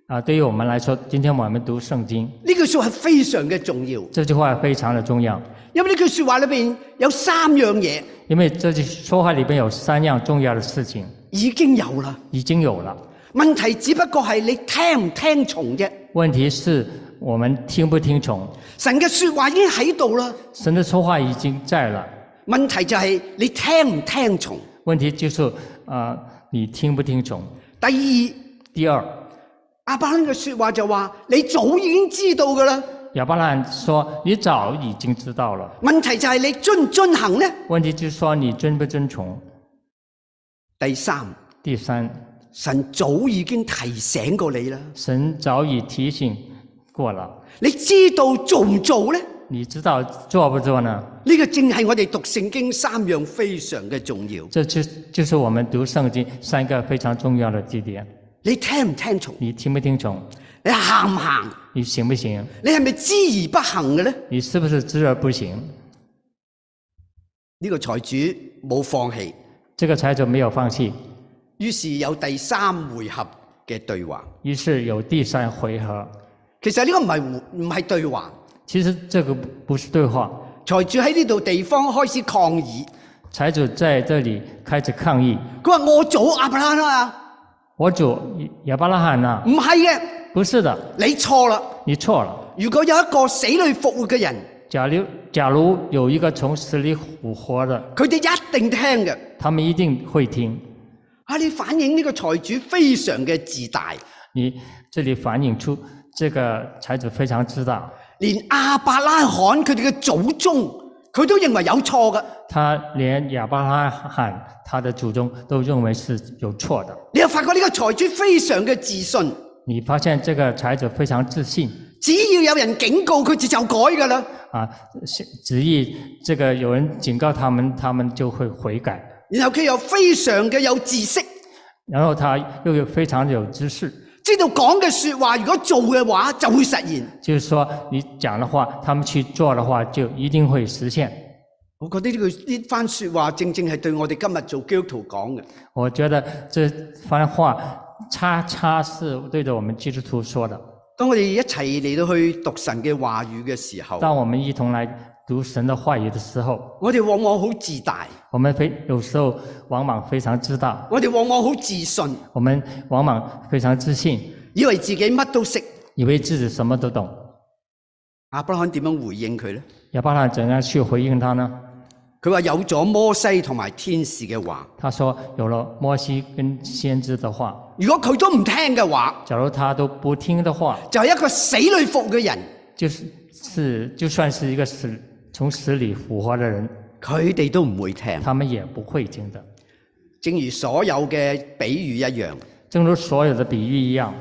Speaker 2: 啊，对于我们来说，今天我们读圣经
Speaker 3: 呢句说話非常嘅重要，
Speaker 2: 这句话非常的重要，
Speaker 3: 因為呢句说話裏边有三樣嘢
Speaker 2: 因为这句说话里边有三样重要的事情
Speaker 3: 已經有啦，
Speaker 2: 已经有了，
Speaker 3: 問題只不過係你聽唔聽從啫。
Speaker 2: 问题是我们听不听从
Speaker 3: 神嘅说話已經喺度啦，
Speaker 2: 神的说话已经在了，
Speaker 3: 問題就係你聽唔聽從。
Speaker 2: 问题就是啊、呃你听不听从。
Speaker 3: 第二，
Speaker 2: 第二，
Speaker 3: 阿伯罕嘅说話就話你早已經知道噶啦，
Speaker 2: 亚伯拉罕说：“你早已经知道了。”
Speaker 3: 問題就係你遵唔遵行呢？
Speaker 2: 问题就是说你遵不遵从。
Speaker 3: 第三，
Speaker 2: 第三，
Speaker 3: 神早已經提醒過你啦，
Speaker 2: 神早已提醒过了，
Speaker 3: 你知道做唔做呢？
Speaker 2: 你知道做不做呢？
Speaker 3: 呢、個正係我哋讀聖經三樣非常嘅重要。
Speaker 2: 这就就是我们读圣经三个非常重要的地点。
Speaker 3: 你聽唔聽從？
Speaker 2: 你听不听从？
Speaker 3: 你行唔行？
Speaker 2: 你行不行？
Speaker 3: 你係咪知而不行嘅呢？呢、
Speaker 2: 你是不是知而不行？
Speaker 3: 個財主冇放棄，
Speaker 2: 这个财主没有放弃，
Speaker 3: 於是有第三回合嘅對話。
Speaker 2: 于是有第三回合。
Speaker 3: 其實呢個唔係胡唔係對話，
Speaker 2: 其实这个不不是对话，
Speaker 3: 財主喺呢度地方開始抗議。
Speaker 2: 财主在这里开始抗议。
Speaker 3: 佢話：我早阿伯拉罕啊，
Speaker 2: 我主亚伯拉罕呐，
Speaker 3: 唔係嘅，
Speaker 2: 不是的，
Speaker 3: 你錯啦。
Speaker 2: 你错了。
Speaker 3: 如果有一個死裏復活嘅人，
Speaker 2: 假如假如有一个从死里复活的，
Speaker 3: 佢哋一定聽嘅。
Speaker 2: 他们一定会听。
Speaker 3: 啊！你反映呢個財主非常嘅自大，
Speaker 2: 你这里反映出这个财主非常知道，
Speaker 3: 連阿伯拉罕佢哋嘅祖宗，佢都認為有錯嘅。
Speaker 2: 他连亚伯拉罕他的祖宗都认为是有错的。
Speaker 3: 你又發覺呢個財主非常嘅自信，
Speaker 2: 你发现这个财主非常自信
Speaker 3: 只要有人警告佢就就改噶啦。
Speaker 2: 啊，是执意这个有人警告他们，他们就会悔改。
Speaker 3: 然後佢又非常嘅有知識，
Speaker 2: 然后他又有非常有知识，
Speaker 3: 知道講嘅说話如果做嘅話就會實現。
Speaker 2: 就是说你讲的话，他们去做的话，就一定会实现。
Speaker 3: 我覺得呢句呢番说話正正係對我哋今日做基督徒講嘅。
Speaker 2: 我觉得这番话叉叉是对着我们基督徒说的。
Speaker 3: 當我哋一齊嚟到去讀神嘅話語嘅時候，
Speaker 2: 当我们一同来读神的话语的时候，
Speaker 3: 我哋往往好自大，
Speaker 2: 我们非有时候往往非常知道，
Speaker 3: 我哋往往好自信，
Speaker 2: 我们往往非常自信，
Speaker 3: 以為自己乜都識。
Speaker 2: 以为自己什么都懂。
Speaker 3: 阿伯拉罕點樣回應佢呢？
Speaker 2: 亚伯拉罕怎样去回应他呢？
Speaker 3: 佢話有咗摩西同埋天使嘅話，
Speaker 2: 他说：“有了摩西跟先知的话，
Speaker 3: 如果佢都唔聽嘅話，
Speaker 2: 假如他都不听的话，
Speaker 3: 就係一個死裏服嘅人，
Speaker 2: 就是是就算是一个死从死里复活的人，
Speaker 3: 佢哋都唔會聽。
Speaker 2: 他们也不会听的。
Speaker 3: 正如所有嘅比喻一樣，
Speaker 2: 正如所有的比喻一样，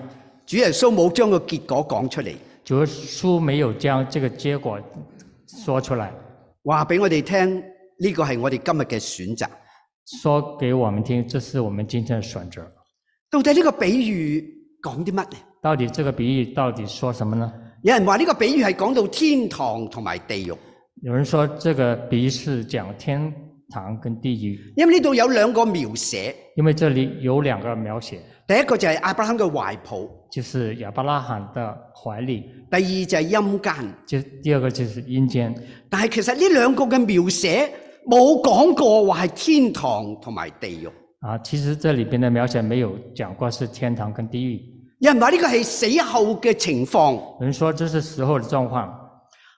Speaker 3: 主耶穌冇將個結果講出嚟，
Speaker 2: 主书没有将这个结果说出来，
Speaker 3: 話俾我哋聽，呢個係我哋今日嘅選擇。
Speaker 2: 说给我们听，这是我们今天的选择。
Speaker 3: 到底呢個比喻講啲乜呢？
Speaker 2: 到底这个比喻到底说什么呢？
Speaker 3: 有人話呢個比喻係講到天堂同埋地獄，
Speaker 2: 有人说这个比喻是讲天堂跟地狱，
Speaker 3: 因為呢度有兩個描寫，
Speaker 2: 因为这里有两个描写，
Speaker 3: 第一個就係阿伯拉罕嘅懷抱，
Speaker 2: 就是亚伯拉罕的怀里，
Speaker 3: 第二就係陰間。
Speaker 2: 就第二个就是阴间。
Speaker 3: 但係其實呢兩個嘅描寫冇講過話係天堂同埋地獄，
Speaker 2: 啊，其实这里边的描写没有讲过是天堂跟地狱。
Speaker 3: 有人話呢個係死後嘅情況。
Speaker 2: 有人说这是死后的状况，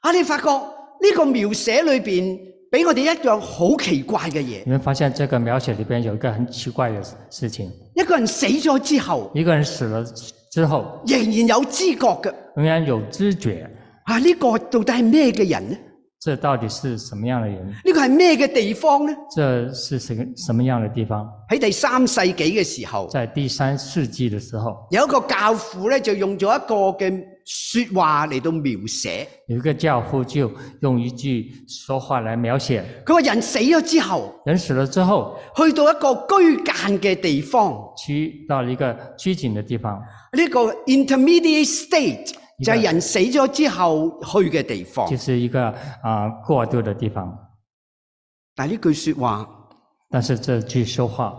Speaker 3: 啊，你發覺呢個描寫裏边俾我哋一樣好奇怪嘅嘢。
Speaker 2: 你们发现这个描写里边有一个很奇怪的事情：
Speaker 3: 一個人死咗之後，
Speaker 2: 一个人死了之后，
Speaker 3: 仍然有知覺嘅。
Speaker 2: 仍然有知觉，
Speaker 3: 啊，呢、個到底係咩嘅人呢？
Speaker 2: 这到底是什么样的人？
Speaker 3: 呢、個係咩嘅地方呢？
Speaker 2: 这是什个什么样的地方？
Speaker 3: 喺第三世紀嘅時候，
Speaker 2: 在第三世纪的时候，
Speaker 3: 有一個教父咧就用咗一個嘅说話嚟到描寫。
Speaker 2: 有一个教父就用一句说话来描写：
Speaker 3: 佢話人死咗之後，
Speaker 2: 人死了之后，
Speaker 3: 去到一個居間嘅地方，
Speaker 2: 去到了一个拘谨的地方，
Speaker 3: 呢、個 intermediate state
Speaker 2: 呢個
Speaker 3: 就係人死咗之後去嘅地方
Speaker 2: 就。是一个啊、过渡的地方。
Speaker 3: 但係呢句说話。
Speaker 2: 但是这句说话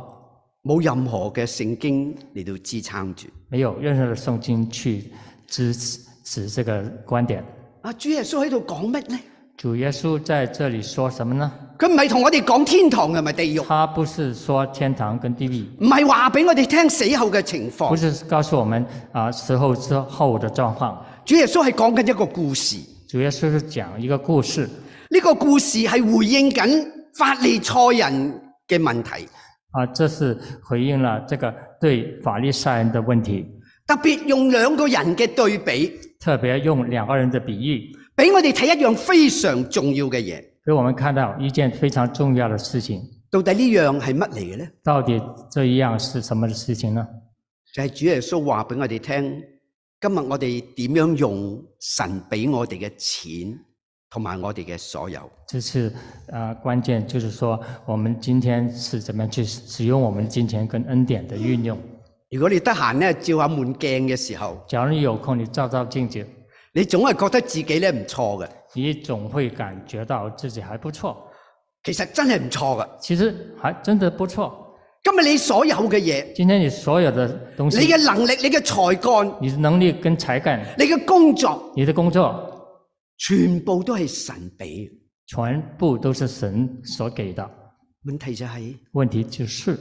Speaker 3: 冇任何嘅聖經嚟到支撐住。
Speaker 2: 没有任何的圣经去支持这个观点。
Speaker 3: 啊，主耶穌喺度講乜呢？
Speaker 2: 主耶稣在这里说什么呢？
Speaker 3: 佢唔係同我哋講天堂同埋地獄，
Speaker 2: 他不是说天堂跟地狱，
Speaker 3: 唔係話俾我哋聽死後嘅情
Speaker 2: 不
Speaker 3: 況。
Speaker 2: 是告诉我们啊、死后之后的状况。
Speaker 3: 主耶穌係講緊一個故事，呢、
Speaker 2: 主耶稣是讲一个故事，
Speaker 3: 個故事係回應緊法利賽人嘅問題，
Speaker 2: 啊，这是回应了这个对法利赛人的问题，
Speaker 3: 特別用兩個人嘅對比，
Speaker 2: 特别用两个人的比喻，
Speaker 3: 俾我哋睇一樣非常重要嘅嘢。
Speaker 2: 给我们看到一件非常重要的事情。
Speaker 3: 到底呢樣係乜嚟嘅呢？
Speaker 2: 到底这一样是什么的事情呢？
Speaker 3: 就係、主耶穌話俾我哋聽，今日我哋點樣用神俾我哋嘅錢同埋我哋嘅所有。
Speaker 2: 这是呃，关键就是说，我们今天是怎么样去使使用我们金钱跟恩典的运用。
Speaker 3: 如果你得閒咧，照下滿鏡嘅時候，
Speaker 2: 假如你有空，你照照镜子，
Speaker 3: 你總係覺得自己咧唔錯嘅，
Speaker 2: 你总会感觉到自己还不错。
Speaker 3: 其實真係唔錯嘅。
Speaker 2: 其实还真的不错。
Speaker 3: 今日你所有嘅嘢，
Speaker 2: 今天你所有的东
Speaker 3: 你
Speaker 2: 西，
Speaker 3: 嘅能力、你嘅才幹、
Speaker 2: 你的能力跟才干，
Speaker 3: 你嘅工作，
Speaker 2: 你的工作，
Speaker 3: 全部都係神俾。
Speaker 2: 全部都是神所给的。
Speaker 3: 問題就係
Speaker 2: 问题就是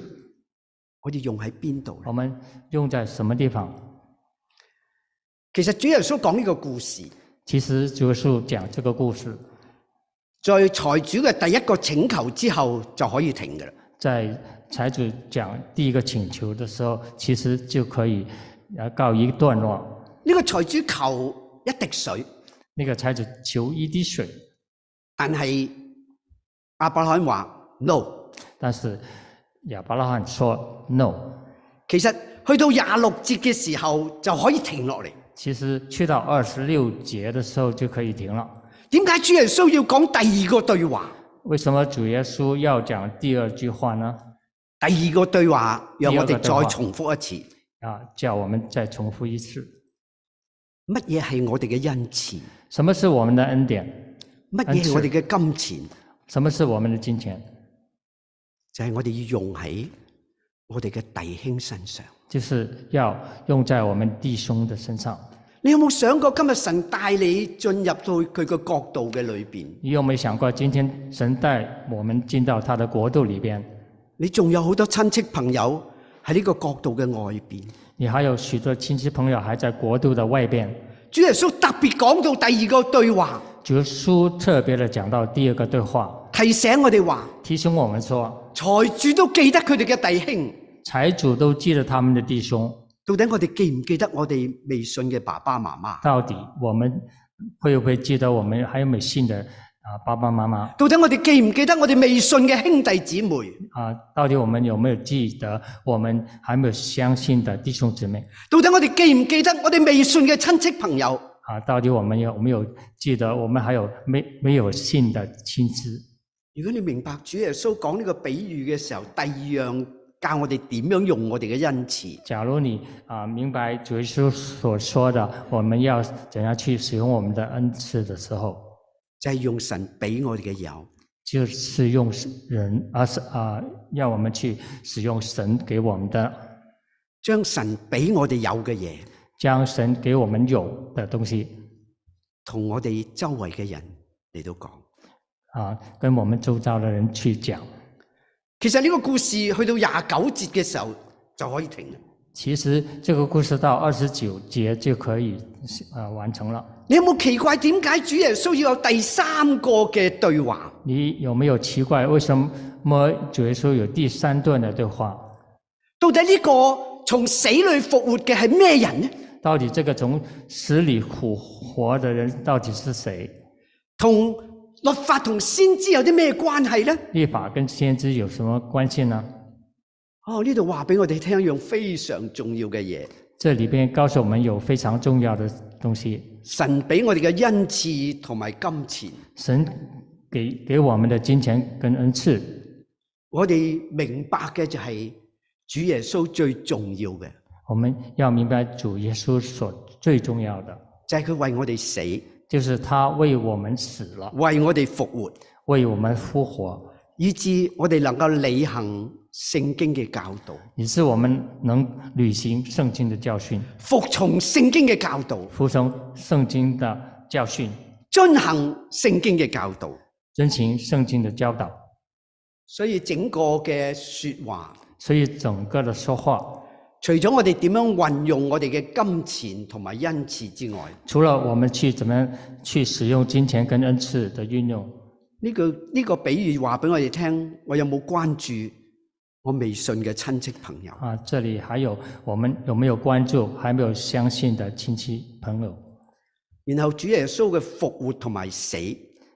Speaker 3: 我哋用喺邊度
Speaker 2: 我
Speaker 3: 咧？
Speaker 2: 们用在什么地方？
Speaker 3: 其實主耶穌講呢個故事，
Speaker 2: 其实主耶稣讲这个故事，
Speaker 3: 在財主嘅第一個請求之後就可以停㗎啦。
Speaker 2: 在财主讲第一个请求的时候，其实就可以呃告一段落。
Speaker 3: 呢、個財主求一滴水，
Speaker 2: 那个财主求一滴水，
Speaker 3: 但係阿伯拉罕話 no。
Speaker 2: 但是亚伯拉罕说 “no”。
Speaker 3: 其實去到廿六節嘅時候就可以停落嚟。
Speaker 2: 其实去到二十六节的时候就可以停了。
Speaker 3: 点解主耶稣要讲第二个对话？
Speaker 2: 为什么主耶稣要讲第二句话呢？
Speaker 3: 第二个对话，让我
Speaker 2: 第
Speaker 3: 哋
Speaker 2: 二個對話
Speaker 3: 再重复一次，
Speaker 2: 啊，叫我们再重复一次：
Speaker 3: 乜嘢系我哋嘅恩赐？
Speaker 2: 什么是我们的恩典？
Speaker 3: 乜嘢系我哋嘅金钱？
Speaker 2: 什么是我们的金钱？
Speaker 3: 就系、我哋要用喺我哋嘅弟兄身上。
Speaker 2: 就是要用在我们弟兄的身上。
Speaker 3: 你有冇想过今日神带你进入到佢嘅国度嘅里边？
Speaker 2: 你有没有想过，今天神带我们进到他的国度里边？
Speaker 3: 你仲有好多亲戚朋友喺呢个国度嘅外边。
Speaker 2: 你还有许多亲戚朋友还在国度的外边。
Speaker 3: 主耶稣特别讲到第二个对话，
Speaker 2: 主书特别的讲到第二个对话，
Speaker 3: 提醒我哋话：
Speaker 2: 提醒我们说，
Speaker 3: 财主都记得佢哋嘅弟兄。
Speaker 2: 财主都记得他们的弟兄，
Speaker 3: 到底我哋記唔記得我哋未信嘅爸爸媽媽？
Speaker 2: 到底我们会不会记得我们还有没信的啊爸爸妈妈
Speaker 3: 到底我哋記唔記得我哋未信嘅兄弟姊妹？
Speaker 2: 啊？到底我们有没有记得我们还没有相信的弟兄姊妹
Speaker 3: 到底我哋記唔記得我哋未信嘅親戚朋友？
Speaker 2: 啊？到底我们有没有记得我们还有没没有信的亲戚？
Speaker 3: 如果你明白主耶穌講呢個比喻嘅時候，第二樣教我哋點樣用我哋嘅恩賜，
Speaker 2: 假如你啊明白主耶稣所说的，我们要怎样去使用我们的恩赐的时候，
Speaker 3: 就係用神俾我哋嘅有。
Speaker 2: 就是用人而是啊，让我们去使用神给我们的，
Speaker 3: 將神俾我哋有嘅嘢，
Speaker 2: 将神给我们有的东西
Speaker 3: 同我哋周圍嘅人嚟到講。
Speaker 2: 啊，跟我们周遭的人去讲。
Speaker 3: 其實呢個故事去到廿九節嘅時候就可以停啦。
Speaker 2: 其实这个故事到二十九节就可以呃完成了。
Speaker 3: 你有冇奇怪點解主耶穌要有第三個嘅對話？
Speaker 2: 你有没有奇怪为什么主耶稣有第三段的对话？
Speaker 3: 到底呢個從死裏復活嘅係咩人呢？
Speaker 2: 到底这个从死里复活的人到底是谁？
Speaker 3: 同律法同先知有啲咩關係呢？
Speaker 2: 律法跟先知有什么关系呢？
Speaker 3: 哦，呢度話俾我哋聽一樣非常重要嘅嘢。
Speaker 2: 这里边告诉我们有非常重要的东西，
Speaker 3: 神俾我哋嘅恩賜同埋金錢，
Speaker 2: 神给给我们的金钱跟恩赐，
Speaker 3: 我哋明白嘅就係主耶穌最重要嘅，
Speaker 2: 我们要明白主耶稣所最重要的
Speaker 3: 就係佢為我哋死，為
Speaker 2: 就是他为我们死了，
Speaker 3: 我哋復活，
Speaker 2: 为我们复活，
Speaker 3: 以致我哋能夠履行聖經嘅教導，
Speaker 2: 以致我们能履行圣经的教训，
Speaker 3: 服從聖經嘅教導，
Speaker 2: 服从圣经的教训，
Speaker 3: 遵行聖經嘅教導。
Speaker 2: 遵行圣经的教导。
Speaker 3: 所以整個嘅说話，
Speaker 2: 所以整个的说话，
Speaker 3: 除咗我哋點樣運用我哋嘅金錢同埋恩賜之外，
Speaker 2: 除了我们去怎么样去使用金钱跟恩赐的运用，
Speaker 3: 呢、個呢、個比喻話俾我哋聽，我有冇關注我未信嘅親戚朋友？
Speaker 2: 啊，这里还有我们有没有关注还没有相信的亲戚朋友？
Speaker 3: 然後主耶穌嘅復活同埋死，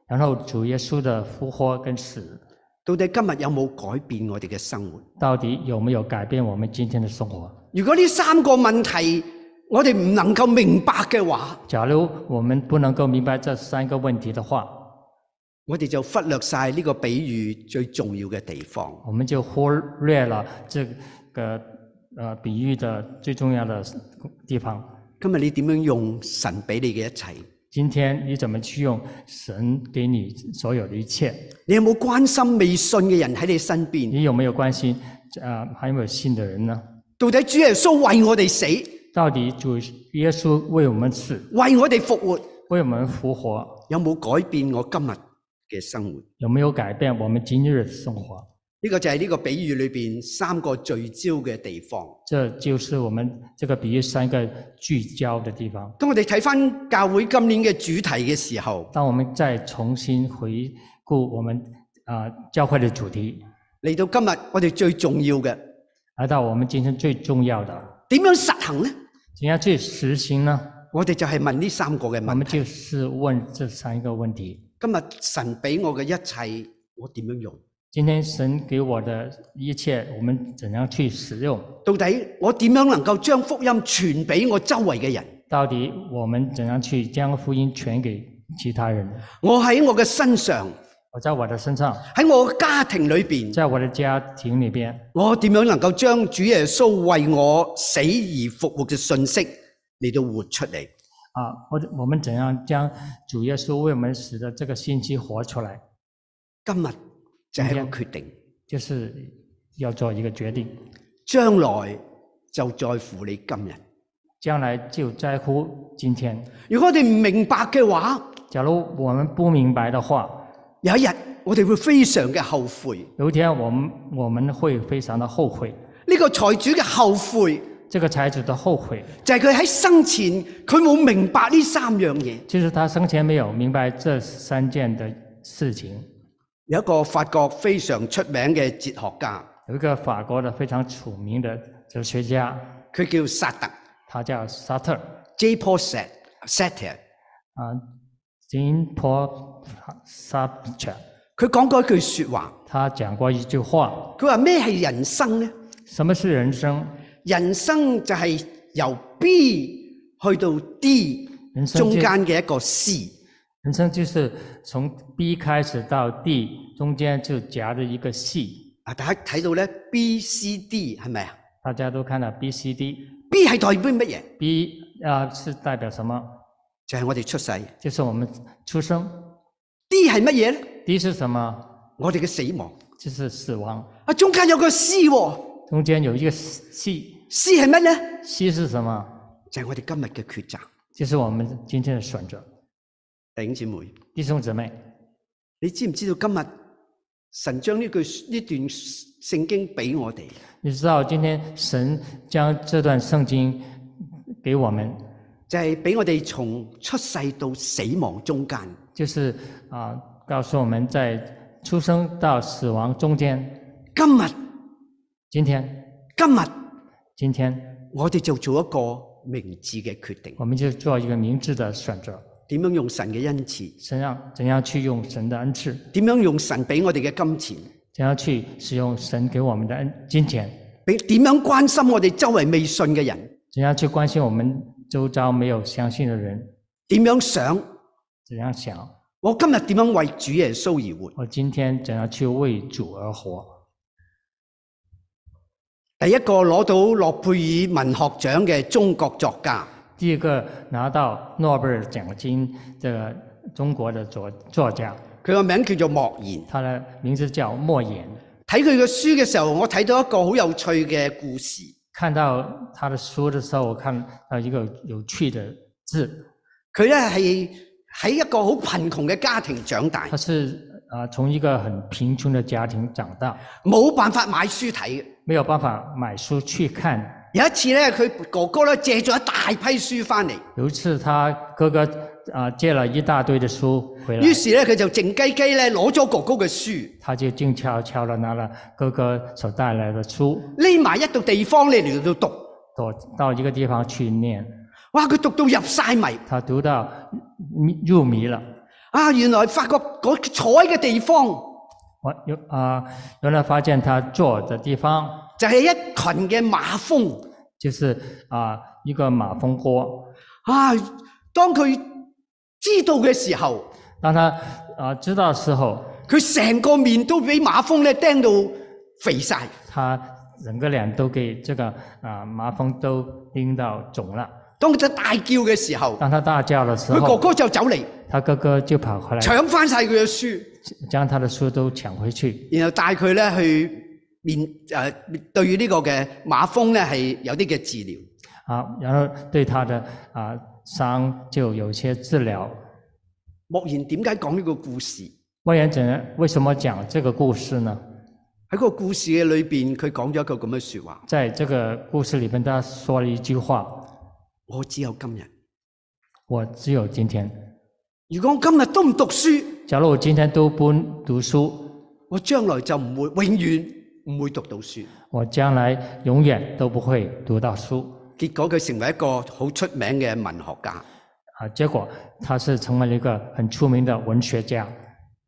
Speaker 2: 然后主耶稣的复活跟死，
Speaker 3: 到底今日有冇改變我哋嘅生活？
Speaker 2: 到底有没有改变我们今天的生活？
Speaker 3: 如果呢三個問題我哋唔能夠明白嘅話，
Speaker 2: 假如我们不能够明白这三个问题的话，
Speaker 3: 我哋就忽略晒呢個比喻最重要嘅地方。
Speaker 2: 我们就忽略了这个呃比喻的最重要的地方。
Speaker 3: 今日你點樣用神俾你嘅一切？
Speaker 2: 今天你怎么去用神给你所有的一切？
Speaker 3: 你有冇關心未信嘅人喺你身邊？
Speaker 2: 你有没有关心？呃，还有没有信的人呢？
Speaker 3: 到底主耶穌為我哋死，為
Speaker 2: 到底主耶稣为我们死，
Speaker 3: 我哋復活，
Speaker 2: 为我们复活，
Speaker 3: 有冇改變我今日嘅生活？呢、
Speaker 2: 有没有改变我们今日的生活？
Speaker 3: 個就係呢個比喻裏面三個聚焦嘅地方。
Speaker 2: 这就是我们这个比喻三个聚焦的地方。
Speaker 3: 當我哋睇翻教會今年嘅主題嘅時候，
Speaker 2: 当我们再重新回顾我们啊、呃教会的主题，
Speaker 3: 嚟到今日我哋最重要嘅
Speaker 2: 来到我们今天最重要的，
Speaker 3: 點樣實行呢？
Speaker 2: 怎样去实行呢？
Speaker 3: 我哋就係問呢三個嘅
Speaker 2: 我
Speaker 3: 問
Speaker 2: 们
Speaker 3: 題。
Speaker 2: 就是问这三个问题。
Speaker 3: 今日神俾我嘅一切，我點樣用？
Speaker 2: 今天神给我的一切，我们怎样去使用？
Speaker 3: 到底我點樣能夠將福音傳俾我周圍嘅人？
Speaker 2: 到底我们怎样去将福音传给其他人？
Speaker 3: 我喺我嘅身上，
Speaker 2: 我在我的身上，
Speaker 3: 喺我嘅家庭裏面。
Speaker 2: 在我的家庭里边，
Speaker 3: 我點樣能夠將主耶穌為我死而復活嘅信息嚟到活出嚟？
Speaker 2: 啊，或者我们怎样将主耶稣为我们死的这个信息活出来，
Speaker 3: 今日就係一個決定，
Speaker 2: 就是要做一个决定，
Speaker 3: 將來就在乎你今日。
Speaker 2: 将来就在乎今天。
Speaker 3: 如果我哋唔明白嘅話，
Speaker 2: 假如我们不明白的话，
Speaker 3: 有一日我哋會非常嘅後悔。呢、
Speaker 2: 有一天我们我们会非常的后悔，
Speaker 3: 個財主嘅後悔
Speaker 2: 这个财主的后悔
Speaker 3: 就係佢喺生前佢冇明白呢三樣嘢。
Speaker 2: 就是他生前没有明白这三件的事情。
Speaker 3: 有一個法國非常出名嘅哲學家，
Speaker 2: 有一个法国的非常出名的哲学家，
Speaker 3: 佢叫薩特
Speaker 2: 他叫沙特
Speaker 3: （J. Paul Sartre）。
Speaker 2: 啊，Jean Paul Sartre，
Speaker 3: 佢講過一句説話，
Speaker 2: 他讲过一句话：
Speaker 3: 佢話咩係人生呢？
Speaker 2: 什么是人生？
Speaker 3: 人生就係由 B 去到 D
Speaker 2: 人生
Speaker 3: 中
Speaker 2: 就
Speaker 3: 間嘅一個 C，
Speaker 2: 人生就是从 B 开始到 D，中间就夹着一个 C。
Speaker 3: 啊，大家睇到咧 B、C、D 係咪啊
Speaker 2: 大家都看到 B、C、D，B
Speaker 3: ？B 係代表乜嘢？
Speaker 2: 啊是代表什么？
Speaker 3: 就係我哋出世。
Speaker 2: 就是我们出生。
Speaker 3: D 係乜嘢咧？
Speaker 2: D 是什么？
Speaker 3: 我哋嘅死亡。
Speaker 2: 就是死亡。
Speaker 3: 啊，中間有個 C 喎
Speaker 2: 中间有一个 C，C
Speaker 3: ，C 係乜咧？
Speaker 2: 是什么？
Speaker 3: 就係我哋今日嘅抉擇。
Speaker 2: 就是我们今天的选择。
Speaker 3: 弟兄姊妹，
Speaker 2: 弟兄姊妹，
Speaker 3: 你知唔知道今日神將呢句呢段聖經俾我哋，
Speaker 2: 你知道今天神将这段圣经给我们，
Speaker 3: 就係俾我哋從出世到死亡中間，
Speaker 2: 就是啊、告诉我们在出生到死亡中间，
Speaker 3: 今日
Speaker 2: 今天，
Speaker 3: 今日
Speaker 2: 今天，
Speaker 3: 我哋就做一個明智嘅決定，
Speaker 2: 我们就做一个明智的选择，
Speaker 3: 點樣用神嘅恩賜，
Speaker 2: 怎样怎样去用神的恩赐，
Speaker 3: 點樣用神俾我哋嘅金錢。
Speaker 2: 怎样去使用神给我们的恩金钱，
Speaker 3: 俾點樣關心我哋周圍未信嘅人？
Speaker 2: 怎样去关心我们周遭没有相信的人，
Speaker 3: 點樣想？
Speaker 2: 怎样想，
Speaker 3: 我今日點樣為主耶穌而活？
Speaker 2: 我今天怎样去为主而活。
Speaker 3: 第一個攞到諾貝爾文學獎嘅中國作家，
Speaker 2: 第一个拿到诺贝尔奖金的中国的作作家，
Speaker 3: 佢個名叫做莫言。
Speaker 2: 他的名字叫莫言。
Speaker 3: 睇佢嘅書嘅時候，我睇到一個好有趣嘅故事。
Speaker 2: 看到他的书的时候，我看到一个有趣的字，
Speaker 3: 佢咧係喺一個好貧窮嘅家庭長大
Speaker 2: 他，是啊、呃从一个很贫穷的家庭长大，
Speaker 3: 冇辦法買書睇嘅。
Speaker 2: 没有办法买书去看。
Speaker 3: 有一次咧，佢哥哥咧借咗一大批書翻嚟，
Speaker 2: 有一次，他哥哥啊、呃借了一大堆的书回来
Speaker 3: 於，是咧佢就靜雞雞咧攞咗哥哥嘅書，
Speaker 2: 他就静悄悄的拿了哥哥所带来的书，
Speaker 3: 匿埋一個地方咧嚟到讀。
Speaker 2: 躲到一个地方去念。
Speaker 3: 哇！佢讀到入晒迷
Speaker 2: 他读到迷入迷了。
Speaker 3: 啊！原來發覺嗰坐喺嘅地方
Speaker 2: 我有啊，原来发现他坐的地方
Speaker 3: 就係一群嘅馬蜂
Speaker 2: 就是啊、一个马蜂窝。
Speaker 3: 啊！當佢知道嘅時候，
Speaker 2: 当他啊、知道的时候，
Speaker 3: 佢成個面都俾馬蜂咧叮到肥晒。
Speaker 2: 他整个脸都给这个啊、麻风都叮到肿了。
Speaker 3: 當佢大叫嘅時候，
Speaker 2: 当他大叫的时
Speaker 3: 佢哥
Speaker 2: 候，
Speaker 3: 哥就走嚟
Speaker 2: 他哥哥就跑回来
Speaker 3: 搶翻晒佢嘅書，
Speaker 2: 将他的书都抢回去，
Speaker 3: 然後帶佢咧去面誒、呃、對呢個嘅馬蜂咧係有啲嘅治療。
Speaker 2: 啊，然后对他的啊、伤就有些治疗。
Speaker 3: 莫言點解講呢個故事？
Speaker 2: 莫言怎样为什么讲这个故事呢？
Speaker 3: 喺個故事嘅裏邊，佢講咗一句咁嘅説話：
Speaker 2: 在这个故事里面，他说了一句话
Speaker 3: 我只有今日。：“
Speaker 2: 我只有今天。
Speaker 3: 如果我今日都唔讀書，
Speaker 2: 假如我今天都不读书，
Speaker 3: 我將來就唔會永遠唔會讀到書。
Speaker 2: 我将来永远都不会读到书。
Speaker 3: 結果佢成為一個好出名嘅文學家。”
Speaker 2: 啊，结果他是成为了一个很出名的文学家。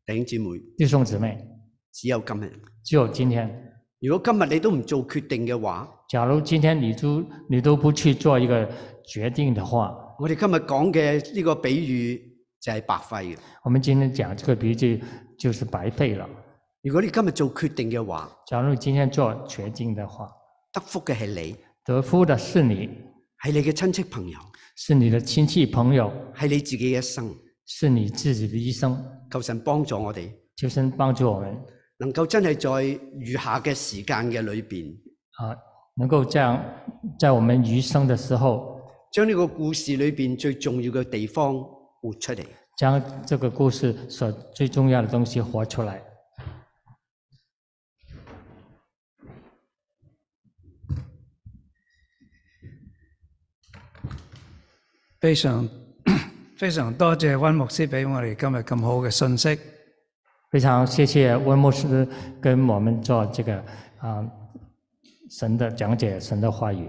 Speaker 3: 弟兄姊妹，
Speaker 2: 弟兄姊妹，
Speaker 3: 只有今日。
Speaker 2: 只有今天，
Speaker 3: 如果今日你都唔做決定嘅話，
Speaker 2: 假如今天你都你都不去做一个决定的话，
Speaker 3: 我哋今日講嘅呢個比喻就係白費嘅。
Speaker 2: 我们今天讲这个比喻就是白费了。
Speaker 3: 如果你今日做決定嘅話，
Speaker 2: 假如今天做决定的话，
Speaker 3: 得福嘅係你，
Speaker 2: 得福的是你，
Speaker 3: 係你嘅親戚朋友，
Speaker 2: 是你的亲戚朋友，
Speaker 3: 係你自己嘅一生。
Speaker 2: 是你自己的一生。
Speaker 3: 求神幫助我哋，
Speaker 2: 求神帮助我们
Speaker 3: 能夠真係在餘下嘅時間嘅裏邊，
Speaker 2: 啊，能够这样，在我们余生的时候，
Speaker 3: 將呢個故事裏邊最重要嘅地方活出嚟。
Speaker 2: 将这个故事所最重要的东西活出来。
Speaker 1: 非常 非常多謝温牧師俾我哋今日咁好嘅信息。
Speaker 2: 非常谢谢温牧师跟我们做这个啊、神的讲解，神的话语。